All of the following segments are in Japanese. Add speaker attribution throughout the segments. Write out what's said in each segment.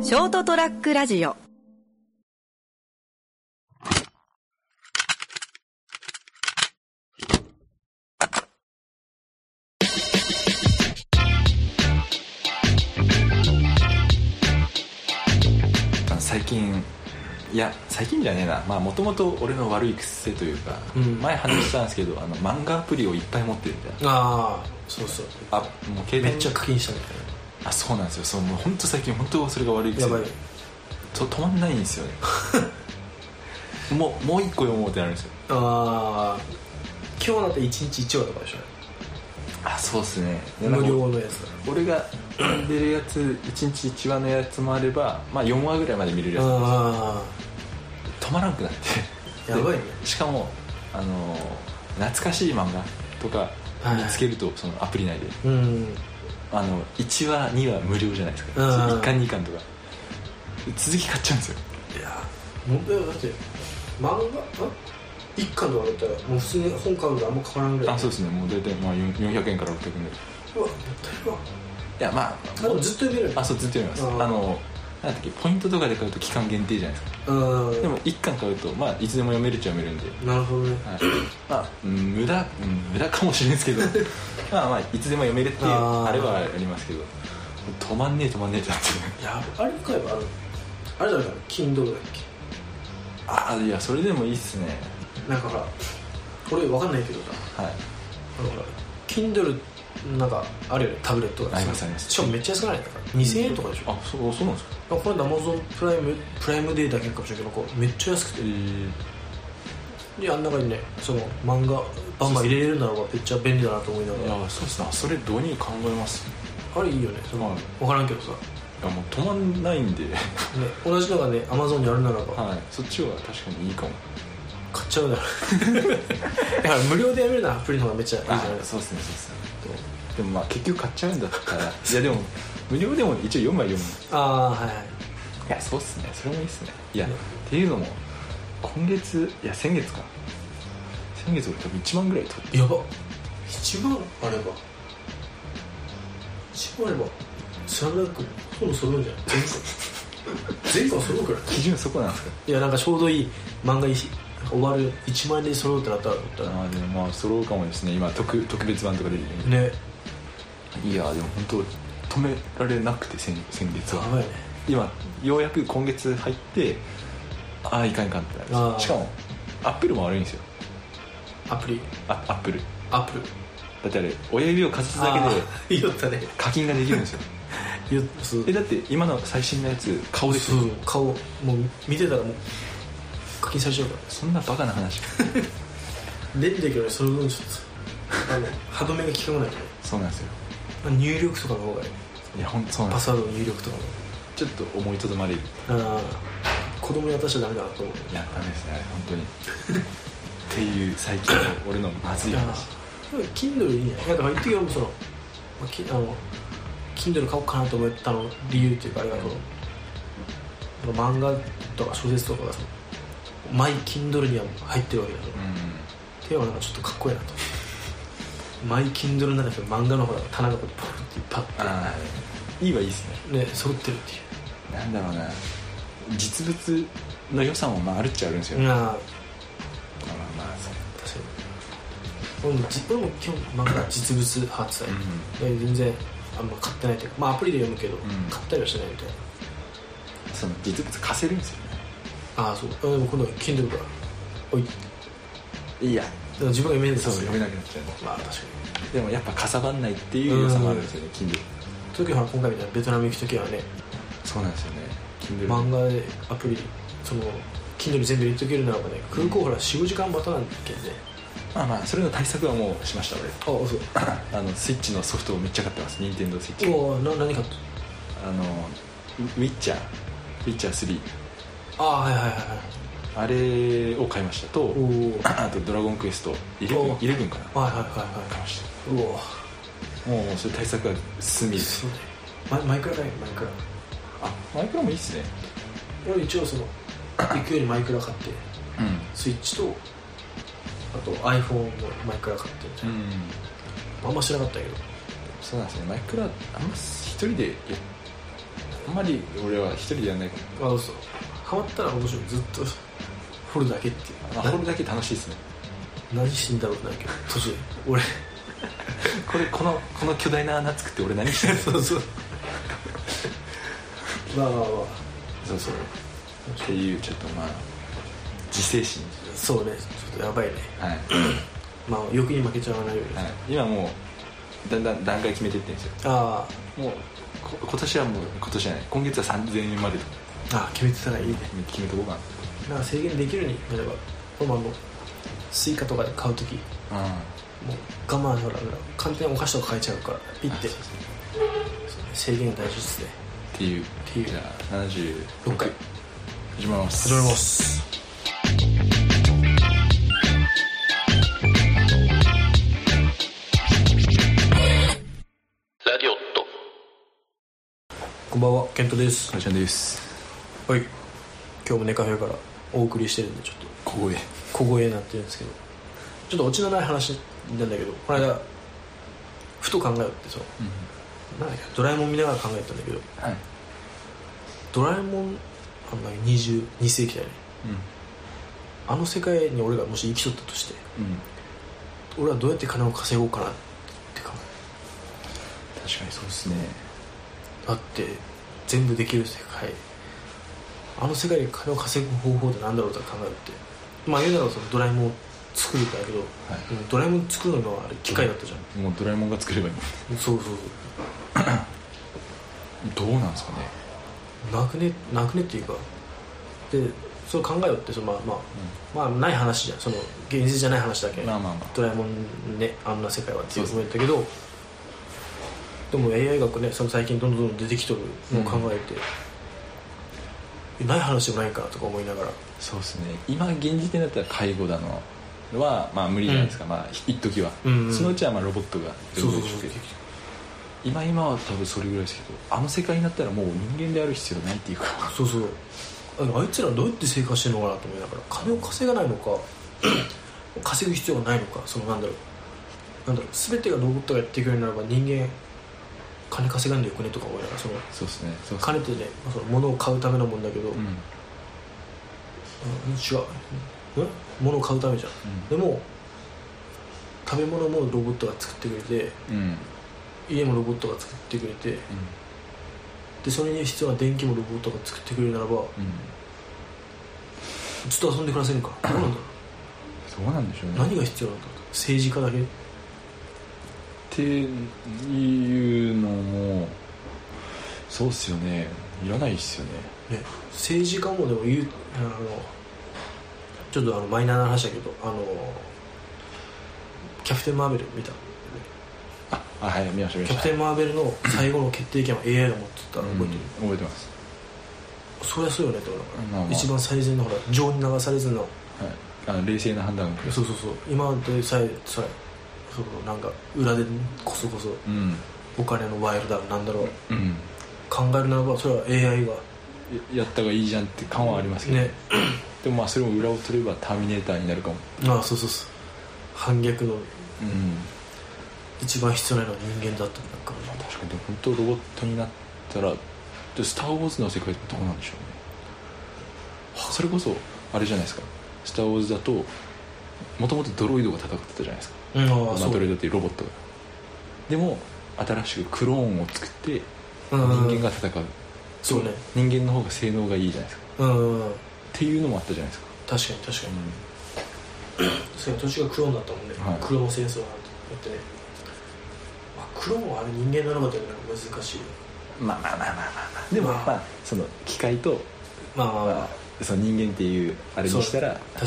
Speaker 1: ショートトラックラジオ
Speaker 2: あ最近いや最近じゃねえなまあもともと俺の悪い癖というか、
Speaker 3: うん
Speaker 2: 前話したんですけどあの漫画アプリをいっぱい持ってるんだよ
Speaker 3: ああそうそう
Speaker 2: あもう携帯
Speaker 3: めっちゃ課金したみ
Speaker 2: あそうなんですよそうもう本当最近本当それが悪い
Speaker 3: た
Speaker 2: 癖
Speaker 3: いなやばい
Speaker 2: でと止まんないんですよ ねもうもう一個読もうってなるんですよ
Speaker 3: ああ今日だって1日1話とかでし
Speaker 2: あそうっすね
Speaker 3: ょ無料のやつだ
Speaker 2: 俺が読んでるやつ1日1話のやつもあれば、まあ、4話ぐらいまで見れるやつ
Speaker 3: あ
Speaker 2: 止まらなくなって
Speaker 3: あやばいね
Speaker 2: でしかもあのー懐かしい漫画とか見つけると、そのアプリ内で
Speaker 3: うん
Speaker 2: あの1話2話無料じゃないですか、
Speaker 3: うん
Speaker 2: 1巻2巻とか続き買っちゃうんですよ
Speaker 3: いやもうだって漫画あ一巻とかだったらもう普通に本買うのとあんま変わらんぐらい
Speaker 2: あそうですねもう大体まあ4 400円から600円ぐらいう
Speaker 3: わもったいない
Speaker 2: やま
Speaker 3: い
Speaker 2: あ
Speaker 3: でもずっと読める
Speaker 2: あそうずっと読みます
Speaker 3: うん
Speaker 2: あのなんだっけポイントとかで買うと期間限定じゃないですか
Speaker 3: うん
Speaker 2: でも1巻買うとまあいつでも読めるっちゃ読めるんで
Speaker 3: なるほどね
Speaker 2: はい、まあうん無駄、うん、無駄かもしれないですけど まあまあいつでも読めるっていう
Speaker 3: あー
Speaker 2: あれはありますけど止まんねえ止まんねえってなって
Speaker 3: いやあれ買えばあのあれだから Kindle だっけ
Speaker 2: ああいやそれでもいいっすね
Speaker 3: なんかほらこれわかんないけどさ
Speaker 2: はい
Speaker 3: あのほら Kindle なんかあるよねタブレットが
Speaker 2: ありますあります
Speaker 3: しかもめっちゃ安くないだから2000円とかでしょ
Speaker 2: あそうそうなんですか
Speaker 3: あこれ Amazon プライムプライムデーだけかもしれないけどこうめっちゃ安く
Speaker 2: え
Speaker 3: てであん中にねその漫画バンバン入れれるならばめっちゃ便利だなと思いながら
Speaker 2: いやそうっすねそれどうにか考えます
Speaker 3: あれいいよねその
Speaker 2: はい
Speaker 3: 分からんけどさ、ね、
Speaker 2: いやもう止まんないんで
Speaker 3: 同じのがね Amazon にあるならば
Speaker 2: はいそっちは確かにいいかも
Speaker 3: 買っちゃうだろ だから無料でやめるならアプリの方がめっちゃいいじゃないですか
Speaker 2: そうっすねそうっすねでもまあ結局買っちゃうんだったらいやでも無料でも一応4枚読む
Speaker 3: ああーはいはい
Speaker 2: いやそうっすねそれもいいっすねいやっていうのも今月いや先月か先月俺多分1万ぐらい取って
Speaker 3: やば一番あれば一番あればスラムダンクほとんど揃うん じゃない全巻全巻揃うくらい
Speaker 2: 基準そこなんですか
Speaker 3: いやなんかちょうどいい漫画いし終わる1万円で揃うってなったらと思っ
Speaker 2: ああでもまあ揃うかもですね今特特別版とか出てる
Speaker 3: たらね
Speaker 2: いやでも本当止められなくて先先月
Speaker 3: や
Speaker 2: は
Speaker 3: ばいね
Speaker 2: 今ようやく今月入ってああいかんいかんってなり
Speaker 3: あ
Speaker 2: ま
Speaker 3: ー
Speaker 2: すしかもアップルも悪いんですよ
Speaker 3: アプリ
Speaker 2: あアップル
Speaker 3: アップル
Speaker 2: だってあれ親指をかざすだけで
Speaker 3: けで言ったね
Speaker 2: 課金ができるんですよ
Speaker 3: 言ったそう
Speaker 2: えだって今の最新のやつ顔です
Speaker 3: そ
Speaker 2: よ
Speaker 3: う顔もう見てたらもう課金されちゃうか
Speaker 2: そんなバカな 話
Speaker 3: ら便利だけどねその分ちょっとあの歯止めが効かないか
Speaker 2: そうなんですよ
Speaker 3: ら入力とかの方がいい
Speaker 2: いや本当そうなん
Speaker 3: パ
Speaker 2: です
Speaker 3: スワードの入力とかの方が
Speaker 2: ちょっと思いとどまれる
Speaker 3: あー子供に渡しちゃダメだなと思う
Speaker 2: いやダメですねあれ本当に っていう最近の俺のまずい話
Speaker 3: Kindle いいねなんか言ってよそのまあきあの Kindle 買おうかなと思ったの理由っていうかあれがその漫画とか小説とかがそのマイ Kindle には入ってるわけだけど、
Speaker 2: うん
Speaker 3: っていうのはなんかちょっとかっこいいなとマイ Kindle の中で漫画の方が棚がこうパッてパッ
Speaker 2: ああいいはいいですね
Speaker 3: てね揃ってるっていう
Speaker 2: なんだろうな実物の良さもまああるっちゃあるんですよ、
Speaker 3: い
Speaker 2: まあ
Speaker 3: や
Speaker 2: まあまあそう
Speaker 3: ー確かに俺もじ俺も基本漫画は実物派ってたよ、で全然あんま買ってないというかまあアプリで読むけど、
Speaker 2: ん
Speaker 3: 買ったりはしないみたいな
Speaker 2: その実物貸せるんですよね
Speaker 3: ああそうあでも今度 Kindle からおいだか
Speaker 2: いや
Speaker 3: ら自分が読めるんで
Speaker 2: そう
Speaker 3: すよ
Speaker 2: 読めなくなっちゃうんで
Speaker 3: まあ確かに
Speaker 2: でもやっぱかさばんないっていう良さもあるんですよね Kindle
Speaker 3: 時は今回みたいなベトナム行く時はね
Speaker 2: そうなんですよね Kindle
Speaker 3: 漫画でアプリその Kindle 全部入れとけるならばね空港ほら45時間待たないけんね
Speaker 2: まあまあそれの対策はもうしました 俺
Speaker 3: あそう
Speaker 2: あのスイッチのソフトをめっちゃ買ってます任天堂スイッチ
Speaker 3: おおな何買っ
Speaker 2: あのウウィッチャーウィッチャー
Speaker 3: たああはいはいはいはい
Speaker 2: 3あれを買いましたと
Speaker 3: おお
Speaker 2: あと「ドラゴンクエスト11
Speaker 3: お」
Speaker 2: 11かな
Speaker 3: はいはいはい
Speaker 2: 買い
Speaker 3: は
Speaker 2: ました
Speaker 3: いおお
Speaker 2: もうそれ対策は済みです
Speaker 3: そうねママイクラだよマイクラ
Speaker 2: あマイクラもいいっすね
Speaker 3: 俺一応その行くよりマイクラ買って
Speaker 2: うん
Speaker 3: スイッチとあと iPhone のマイクラ買ってみたい
Speaker 2: う
Speaker 3: な
Speaker 2: ん
Speaker 3: あんま知らなかったけど
Speaker 2: そうなんですねマイクラあんま一人でやあんまり俺は一人でやんないか
Speaker 3: あのそうハマったら面白いずっと掘るだけってい
Speaker 2: ら、ま
Speaker 3: う
Speaker 2: あ、掘るだけ楽しいですね
Speaker 3: な何してんだろうってなるけど途中で俺
Speaker 2: これこのこの巨大な穴作って俺何してんの
Speaker 3: そうそう まあまあまあ
Speaker 2: そうそうっていうちょっとまあ自制心
Speaker 3: そうねちょっとやばいね
Speaker 2: はい、
Speaker 3: まあ欲に負けちゃわないように、
Speaker 2: はい、今もうだんだん段階決めてってるんですよ
Speaker 3: あ
Speaker 2: もうこ今年はもう今年じゃない今月は3000円までとか
Speaker 3: あああ決めてたらいいね
Speaker 2: 決めとこうか
Speaker 3: なんか制限できるようになればこのままスイカとかで買う時も
Speaker 2: なうん
Speaker 3: う我慢ほら簡単にお菓子とか買えちゃうからピッて
Speaker 2: あそうそう
Speaker 3: 制限大事ですね
Speaker 2: っていう
Speaker 3: ていう
Speaker 2: じゃあ76
Speaker 3: 6回
Speaker 2: 始まります
Speaker 3: 始まります
Speaker 1: ラディオット
Speaker 3: こんばんはケントです
Speaker 2: これちゃんです
Speaker 3: はい今日もネカフェからお送りしてるんでちょっと
Speaker 2: 小声
Speaker 3: 小声になってるんですけどちょっとオチのない話なんだけどこの間ふと考えよってそう、なんだっけドラえもん見ながら考えたんだけど
Speaker 2: はい
Speaker 3: ドラえもんあんな22世紀だよねあの世界に俺がもし生きとったとして
Speaker 2: うんうん
Speaker 3: 俺はどうやって金を稼ごうかなって考
Speaker 2: 確かにそうですね
Speaker 3: えだって全部できる世界あの世界で金を稼ぐ方法って何だろうと考えるってまあ言うならそのドラえもんを作るんだけど、うんドラえもん作るのはあれ機械だったじゃん
Speaker 2: もうドラえもんが作ればいい
Speaker 3: そうそうそう
Speaker 2: どうなんですかね
Speaker 3: なくねなくねっていうかでその考えよってそのまあまあ、まあない話じゃんその現実じゃない話だけ、
Speaker 2: まあまあまあ
Speaker 3: ドラえもんねあんな世界はっていう
Speaker 2: そう
Speaker 3: 思ったけどでも AI 学ねその最近どんどんどんどん出てきとるのを考えて、ない話でもないかとか思いながら
Speaker 2: そうですね今現時点だったら介護だのはまあ無理じゃないですか、まあ一時は、
Speaker 3: うんうん
Speaker 2: そのうちはまあロボットが
Speaker 3: そうそ
Speaker 2: 動
Speaker 3: う
Speaker 2: いて
Speaker 3: そう
Speaker 2: きて今今は多分それぐらいですけどあの世界になったらもう人間である必要ないって いうか
Speaker 3: そうそうああいつらどうやって生活してるのかなと思いながら金を稼がないのか 稼ぐ必要がないのかそのなんだろうなんだろう全てがロボットがやっていくようになれば人間金稼がんでよくねとか思いながらその
Speaker 2: そうですねそうっすね
Speaker 3: 金ってねその物を買うためのもんだけど、
Speaker 2: うん、うん、
Speaker 3: うん違う、うん、物を買うためじゃん、でも食べ物もロボットが作ってくれて
Speaker 2: うんうん
Speaker 3: 家もロボットが作ってくれてでそれに必要な電気もロボットが作ってくれるならば
Speaker 2: うん
Speaker 3: ずっと遊んで暮らせるんかどうなんだろ
Speaker 2: どうなんでしょう
Speaker 3: う
Speaker 2: ね
Speaker 3: 何が必要なんだろう政治家だけ
Speaker 2: っていうのもそうっすよねいらないっすよね
Speaker 3: ね政治家もでも言うあのちょっとあのマイナーな話だけどあのキャプテン・マーベル見た
Speaker 2: ああはい見ました見ま
Speaker 3: キャ
Speaker 2: した
Speaker 3: プテン・マーベルの最後の決定権は AI が持ってたの覚えてる、
Speaker 2: うん覚えてます、
Speaker 3: そりゃそうよねって思うから、
Speaker 2: まあまあ
Speaker 3: 一番最善のほら情に流されずの
Speaker 2: はい、あの冷静な判断が
Speaker 3: そうそうそう今でさえそれそうなんか裏でこそこそ
Speaker 2: うん
Speaker 3: お金のワイルダーなんだろう
Speaker 2: うん
Speaker 3: 考えるならばそれは AI が
Speaker 2: ややった方がいいじゃんって感はありますけど、
Speaker 3: ね
Speaker 2: でもまあそれを裏を取ればターミネーターになるかも
Speaker 3: ああそうそうそう反逆の
Speaker 2: うん
Speaker 3: 一番必要なのは人間だったんだからね
Speaker 2: 確かにでも本当ロボットになったらでスター・ウォーズの世界ってどうなんでしょうねそれこそあれじゃないですかスター・ウォーズだともともとドロイドが戦ってたじゃないですか
Speaker 3: うんああ
Speaker 2: ま
Speaker 3: そ
Speaker 2: あ
Speaker 3: う
Speaker 2: ドロイドっていうロボットがでも新しくクローンを作って
Speaker 3: うん
Speaker 2: 人
Speaker 3: うん
Speaker 2: 間が戦う
Speaker 3: そうね
Speaker 2: 人間の方が性能がいいじゃないですか
Speaker 3: うんうんうん
Speaker 2: っていうのもあったじゃないですか、
Speaker 3: 確かに確かに、それ年がクローンだったもんね、
Speaker 2: はい
Speaker 3: クローン戦争なんてやってね、まあ、クローンはあれ人間なのかというのは難しいよ
Speaker 2: まあまあまあまあまあまあでも
Speaker 3: まあ
Speaker 2: まあその機械と
Speaker 3: まあまあまあ、
Speaker 2: その人間っていうあれにしたら
Speaker 3: 確か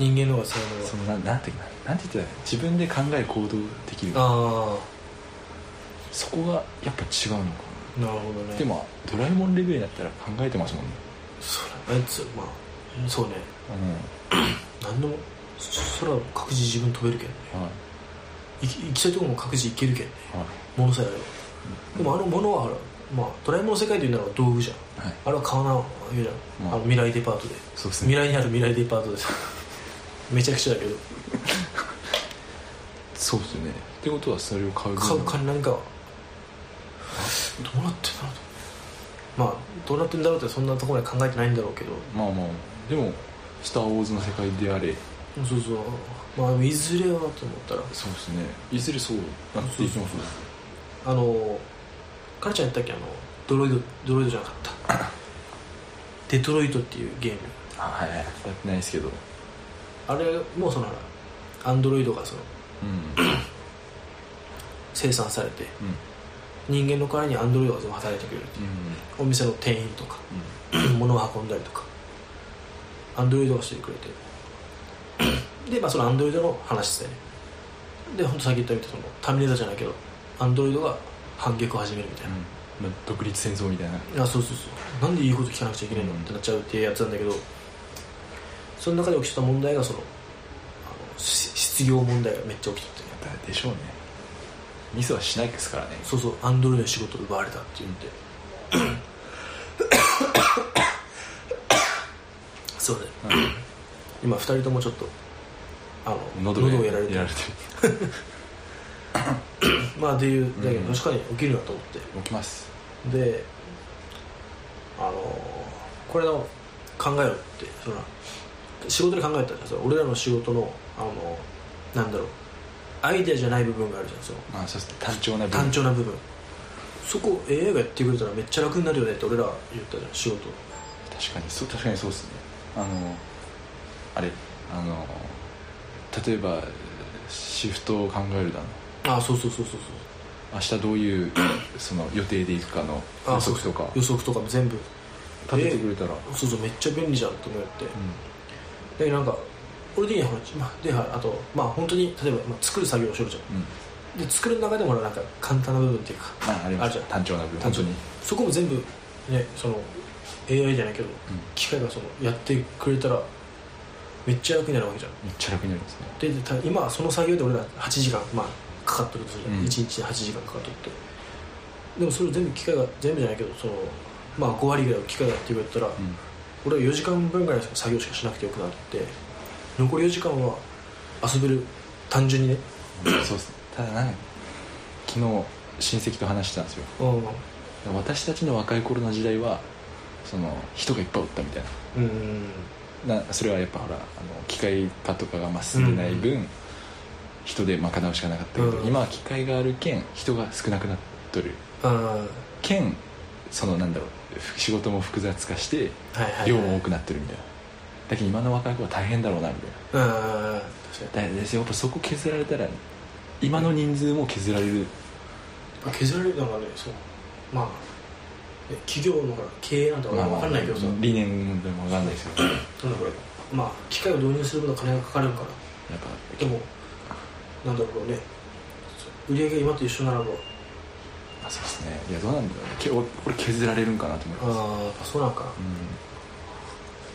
Speaker 3: に人間の方が性能が
Speaker 2: そのなんなんていうかななんて言ったら自分で考え行動できる
Speaker 3: あ
Speaker 2: そこがやっぱ違うのか
Speaker 3: あなるほどね
Speaker 2: なでもドラえもんレベルになったら考えてますもんね
Speaker 3: それあいつまあそうね何でもそ空を各自自分飛べるけんね
Speaker 2: うんはい
Speaker 3: 行き行きたいところも各自行けるけんね
Speaker 2: は
Speaker 3: 物さえあればでもあの物はほらまあドラえもんの世界で言うならば道具じゃ
Speaker 2: い、
Speaker 3: ん
Speaker 2: はい、
Speaker 3: あれは買わな言うじゃん、
Speaker 2: まあ
Speaker 3: あの未来デパートで
Speaker 2: そうです
Speaker 3: 未
Speaker 2: ね
Speaker 3: 来にある未来デパートで めちゃくちゃだけど
Speaker 2: そうですよねってことはそれを買う分
Speaker 3: 買う金なんかどうなってんだろうまあどうなってんだろうってそんなところまで考えてないんだろうけど
Speaker 2: まあまあでも「スター・ウォーズ」の世界であれ
Speaker 3: そうそうまあでもいずれはと思ったら
Speaker 2: そうですねいずれそうなっていきますね
Speaker 3: あのカルちゃんやったっけあのドロイドドロイドじゃなかった デトロイトっていうゲーム
Speaker 2: あはいはいやってないですけど
Speaker 3: あれもそのアンドロイドがその
Speaker 2: うん
Speaker 3: 生産されて
Speaker 2: うん
Speaker 3: 人間の代わりにアンドロイドがその働いてくれるってい
Speaker 2: うん
Speaker 3: うお店の店員とか 物を運んだりとかアンドロイドがしてくれてでまあそのアンドロイドの話でねで本当さっき言ったみたいにそのターミネーターじゃないけどアンドロイドが反撃を始めるみたいな、
Speaker 2: うん、まあ、独立戦争みたいな
Speaker 3: あそうそうそうなんでいいこと聞かなくちゃいけないのってなっちゃうっていうやつなんだけどその中で起きてた問題がそのあのし失業問題がめっちゃ起きてて
Speaker 2: だでしょうねミスはしないですからね
Speaker 3: そうそうアンドロイドの仕事を奪われたって言ってそうね、今2人ともちょっとあの喉をやられて
Speaker 2: や
Speaker 3: る
Speaker 2: られて
Speaker 3: まあっていうだけ
Speaker 2: うん
Speaker 3: ど確かに起きるなと思って、
Speaker 2: る起きます
Speaker 3: であのこれを考えろってその仕事で考えたじゃんその俺らの仕事のあのなんだろうアイデアじゃない部分があるじゃんその
Speaker 2: まあそうですね単調な分
Speaker 3: 単調な部分そこ AI がやってくれたらめっちゃ楽になるよねって俺ら言ったじゃん仕事
Speaker 2: 確かにそう確かにそうですねあのあれあの例えばシフトを考えるだの
Speaker 3: ああそうそうそうそう
Speaker 2: 明日どう いうその予定で行くかの
Speaker 3: そう
Speaker 2: 予測とか
Speaker 3: 予測とかも全部
Speaker 2: 立ててくれたら、
Speaker 3: そうそうめっちゃ便利じゃんと思って、でなんか俺的にはまあであとまあ本当に例えば、まあ、作る作業をしろじゃん
Speaker 2: うん、うん、
Speaker 3: で作る中でもなんか簡単な部分っていうか
Speaker 2: まあありま
Speaker 3: ある
Speaker 2: す
Speaker 3: じゃん
Speaker 2: 単調な分本
Speaker 3: 単調
Speaker 2: 当
Speaker 3: に
Speaker 2: に
Speaker 3: そこも全部ねその AI じゃないけど、機械がそのやってくれたらめっちゃ楽になるわけじゃん
Speaker 2: めっちゃ楽になりますね
Speaker 3: ででた今その作業で俺ら8時間、まあ、かかってるとするじゃん、
Speaker 2: うん
Speaker 3: 1日8時間かかってるってでもそれを全部機械が全部じゃないけどそのまあ5割ぐらいを機械がやってくれたら、
Speaker 2: うん
Speaker 3: 俺は4時間分ぐらいの作業しかしなくてよくなって残り4時間は遊べる単純にね
Speaker 2: そうですねただなんか昨日親戚と話したんですよ
Speaker 3: うんうん
Speaker 2: 私たちの若い頃の時代はその人がいっぱいおったみたい
Speaker 3: うん
Speaker 2: ななそれはやっぱほらあの機械化とかがまあ進んでない分、人で賄うしかなかったけど、
Speaker 3: うん
Speaker 2: 今は機械があるけん人が少なくなっとる
Speaker 3: あーはい
Speaker 2: けんそのなんだろう仕事も複雑化して
Speaker 3: はいはい
Speaker 2: 量も多くなってるみたいなだけど今の若い子は大変だろうなみたいな
Speaker 3: うんうんうん確か
Speaker 2: だからですよやっぱそこ削られたら今の人数も削られる
Speaker 3: に削られるのがねそうまあね企業のほら経営なんて分かんないけどさ、
Speaker 2: 理念でも分かんないですけどやっ
Speaker 3: なんだこれまあ機械を導入することは金がかかるから
Speaker 2: ぱ
Speaker 3: でもなんだろうね売り上げが今と一緒ならば
Speaker 2: あそうですねいやどうなんだろうねけ俺俺削られるんかなと思います
Speaker 3: ああそうなんか
Speaker 2: うん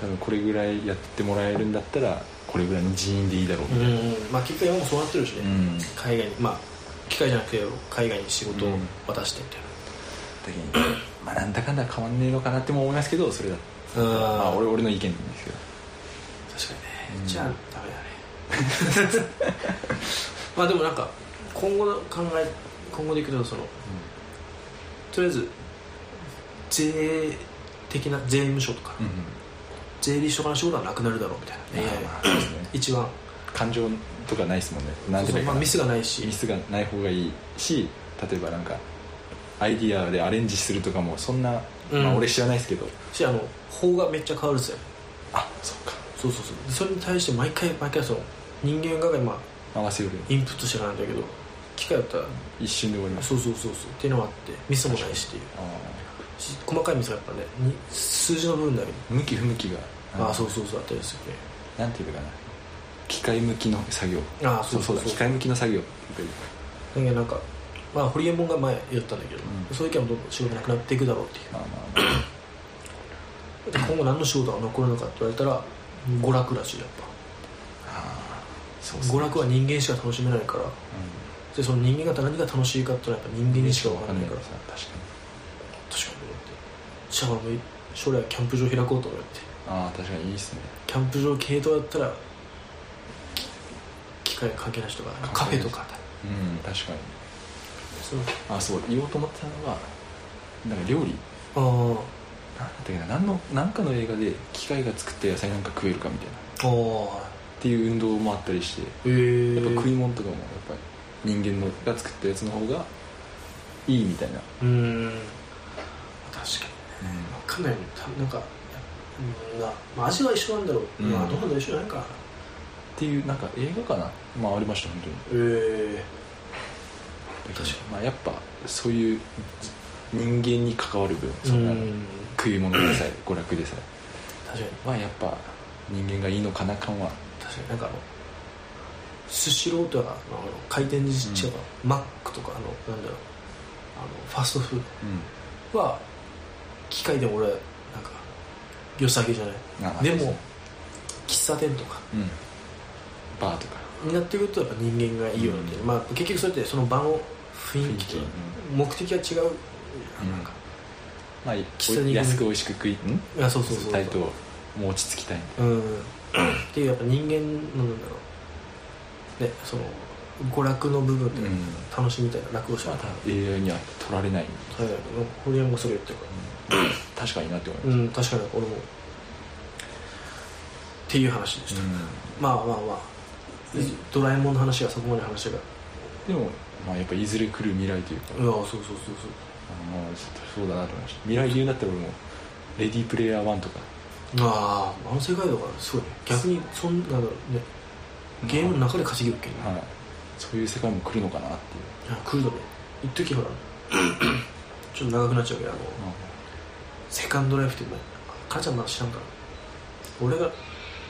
Speaker 2: 多分これぐらいやってもらえるんだったらこれぐらいの人員でいいだろうみ
Speaker 3: う
Speaker 2: たい
Speaker 3: ん
Speaker 2: な
Speaker 3: まあ結果今もうそうなってるしね、
Speaker 2: うんだ
Speaker 3: 海外にまあ機械じゃなくて海外に仕事を渡してみたい
Speaker 2: けどまあなんだかんだ変わんねえのかなっても思いますけどそれだ
Speaker 3: な、うん、
Speaker 2: まあ
Speaker 3: 俺
Speaker 2: 俺俺の意見ですけど
Speaker 3: 確かにね、
Speaker 2: うん
Speaker 3: じゃあダメだね まあでもなんか今後の考え今後でいくとその、とりあえず税的な税務署とか、
Speaker 2: うん
Speaker 3: 税理士とかの仕事はなくなるだろうみたいな、
Speaker 2: まあそうですね
Speaker 3: 一番
Speaker 2: 感情とかないですもんねなんで
Speaker 3: そ
Speaker 2: もいう
Speaker 3: うそ
Speaker 2: い
Speaker 3: ま
Speaker 2: か
Speaker 3: あ、
Speaker 2: な
Speaker 3: ミスがないし
Speaker 2: ミスがない方がいいし例えばなんかアイディアでアレンジするとかもそんな、
Speaker 3: うん
Speaker 2: まあ俺知らないですけど
Speaker 3: しあの法がめっちゃ変わるんですよ
Speaker 2: あそっか
Speaker 3: そうそうそうでそれに対して毎回毎回その人間がまあ
Speaker 2: 合せより
Speaker 3: インプットしてかないんだけど機械だったら
Speaker 2: 一瞬で終わります
Speaker 3: そうそうそうそうっていうのもあってミスもないしっていう
Speaker 2: あ
Speaker 3: し細かいミスがやっぱねに数字の部分だけ
Speaker 2: ー向き不向きが
Speaker 3: ああそううそうそうあったりするね
Speaker 2: なんていうのかな機械向きの作業
Speaker 3: ああそ
Speaker 2: そううそ
Speaker 3: そうう
Speaker 2: だ
Speaker 3: そう
Speaker 2: 機
Speaker 3: だ
Speaker 2: 械向きの作業って言う
Speaker 3: けどなんかまあホリエモンが前言ったんだけど、
Speaker 2: う
Speaker 3: そういう意見もどんどん仕事なくなっていくだろうっていう
Speaker 2: まあまあ、まあ、
Speaker 3: で今後何の仕事が残るのかって言われたら娯楽らしいやっ
Speaker 2: そ
Speaker 3: ぱ
Speaker 2: うそう
Speaker 3: 娯楽は人間しか楽しめないからでその人間が何が楽しいかってのはやっぱ人間
Speaker 2: うん
Speaker 3: にしか分からないから
Speaker 2: さ確か
Speaker 3: 確かに思ってしかも将来はキャンプ場開こうと思って
Speaker 2: にああ確かにいいっすね
Speaker 3: キャンプ場系統だったらき機械関係ない人がカ
Speaker 2: 関
Speaker 3: フ
Speaker 2: 係
Speaker 3: ェ
Speaker 2: ない
Speaker 3: と
Speaker 2: 人
Speaker 3: かだ
Speaker 2: うん確かに
Speaker 3: そう
Speaker 2: あそう言おうと思ってたのはなんか料理
Speaker 3: あー
Speaker 2: なんだったっけな何のなんかの映画で機械が作った野菜なんか食えるかみたいなっ
Speaker 3: あー
Speaker 2: ていう運動もあったりして
Speaker 3: へえ
Speaker 2: やっぱ食い物とかもやっぱり人間のが作ったやつの方がいいみたいな、
Speaker 3: うん確かにかなりたなんかうんな、まあ、味は一緒なんだろう、
Speaker 2: うん
Speaker 3: まあどこでも一緒じゃないからな
Speaker 2: っていうなんか映画かなまあありました本当に
Speaker 3: え
Speaker 2: 確
Speaker 3: かに
Speaker 2: まあ、やっぱそういう人間に関わる分
Speaker 3: え
Speaker 2: そんな食い物でさえ娯楽でさえ
Speaker 3: 確かに
Speaker 2: まあやっぱ人間がいいのかな感は
Speaker 3: 確かになんかあのスシローとかあの回転寿司違うか、マックとかあのなんだろうあのファストフー
Speaker 2: う
Speaker 3: ドは機械でも俺はなんか良さげじゃない
Speaker 2: んあ
Speaker 3: で
Speaker 2: そう
Speaker 3: も
Speaker 2: すね
Speaker 3: 喫茶店とか
Speaker 2: うんバーとか
Speaker 3: になってくるとやっぱ人間がいいようになってる、まあ、結局それってその場の雰囲気
Speaker 2: 雰
Speaker 3: と
Speaker 2: 囲
Speaker 3: 目的が違う、
Speaker 2: うん
Speaker 3: なんか
Speaker 2: まあい
Speaker 3: 喫茶に行く
Speaker 2: 安く美味しく食いん
Speaker 3: いやそうそうそう
Speaker 2: たいともう落ち着きたい
Speaker 3: うん、っていうやっぱ人間のなんだろうねその娯楽の部分で
Speaker 2: うん
Speaker 3: 楽しみたいな、楽をし
Speaker 2: ま
Speaker 3: な
Speaker 2: あ
Speaker 3: いと、
Speaker 2: AI には取られ ない、
Speaker 3: はいはい、堀江もそれ言ってるか
Speaker 2: 確かになって思い
Speaker 3: ら
Speaker 2: ま
Speaker 3: うん確かに俺もっていう話で
Speaker 2: し
Speaker 3: し、
Speaker 2: たた、
Speaker 3: まあまあまあ、ドラえもんの話がそこまで話が
Speaker 2: でもまあやっぱいずれ来る未来というか、
Speaker 3: うわそうそうそう
Speaker 2: あのまあちょっとそうだなと思いました未来で言うんだったら俺もレディープレイヤー1とか
Speaker 3: そうあああの世界とかすごいね逆にそんなんだろうねゲームの中で稼ぎ受けるけどね
Speaker 2: はい、そういう世界も来るのかなっていう、
Speaker 3: いや来るだろ一時ほらちょっと長くなっちゃうけどあの、セカンドライフっていうの母ちゃんまだ知らんから俺が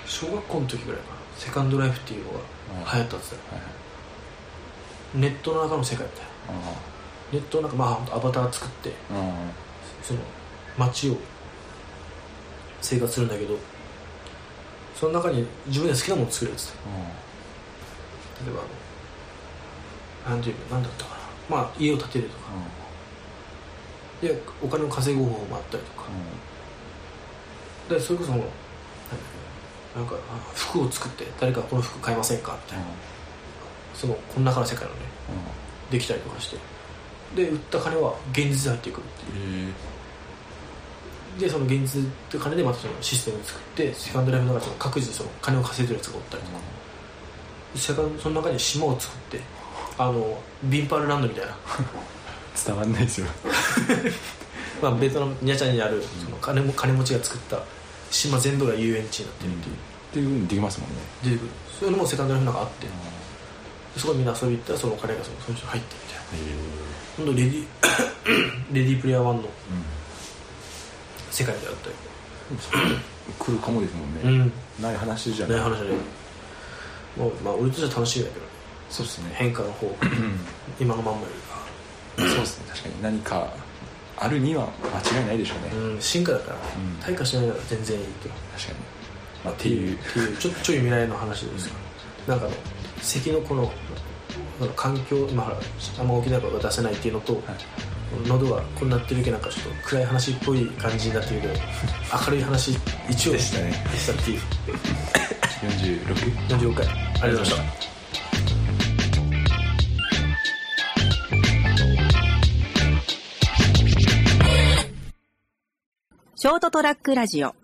Speaker 3: 小学校の時ぐらいかなセカンドライフっていうのが流行ったやつだよ
Speaker 2: はいはい
Speaker 3: ネットの中の世界みたいな
Speaker 2: あ
Speaker 3: ネットの中まあほんとアバター作って
Speaker 2: ああ
Speaker 3: その街を生活するんだけどその中に自分で好きなもの作るやつだよ
Speaker 2: あ
Speaker 3: 例えばあのなんていうのなんだったかなまあ家を建てるとかでお金を稼ぐ方法もあったりとかでそれこそもうなんかあ服を作って誰かこの服買いませんかみたいなそのこの中の世界のねできたりとかしてで売った金は現実に入っていくってい
Speaker 2: え
Speaker 3: うでその現実って金でまたそのシステムを作ってセカンドライフの中でその各自その金を稼いでるやつがおったりとかセカンその中に島を作ってあのビンパルランドみたいな、
Speaker 2: 伝わんないですよ
Speaker 3: まあ、ベトナムニャチャにあるその金も金持ちが作った島全部が遊園地になってるっていう
Speaker 2: っていうふうにできますもんね
Speaker 3: 出てくるそういうのもセカンドライフの中あってそこにみんな遊びに行ったらそのお金がそのその人に入ってみたいな
Speaker 2: え
Speaker 3: 今度レディレディープ レイヤー1の
Speaker 2: え
Speaker 3: 世界であったり
Speaker 2: 来るかもですもんね、
Speaker 3: うん
Speaker 2: ない話じゃ
Speaker 3: ない
Speaker 2: ない
Speaker 3: 話だよもうまあ俺としては楽しみだけど
Speaker 2: そうですね
Speaker 3: 変化の方が今のまんまよ
Speaker 2: そうですね確かに何かあるには間違いないでしょうね、
Speaker 3: りかうん進化だから
Speaker 2: うん
Speaker 3: 退化しないなら全然いいと
Speaker 2: 確かに、まあ、っていう
Speaker 3: っていうちょ ちょい未来の話ですからなんかね咳のこのなんか環境今ほらあんま大きな声が出せないっていうのと、
Speaker 2: はい
Speaker 3: 喉がこうなってるけどなんかちょっと暗い話っぽい感じになってるけど明るい話一応
Speaker 2: でしたね
Speaker 3: でしたっていう
Speaker 2: 46?
Speaker 3: 45回ありがとうございました
Speaker 1: ショートトラックラジオ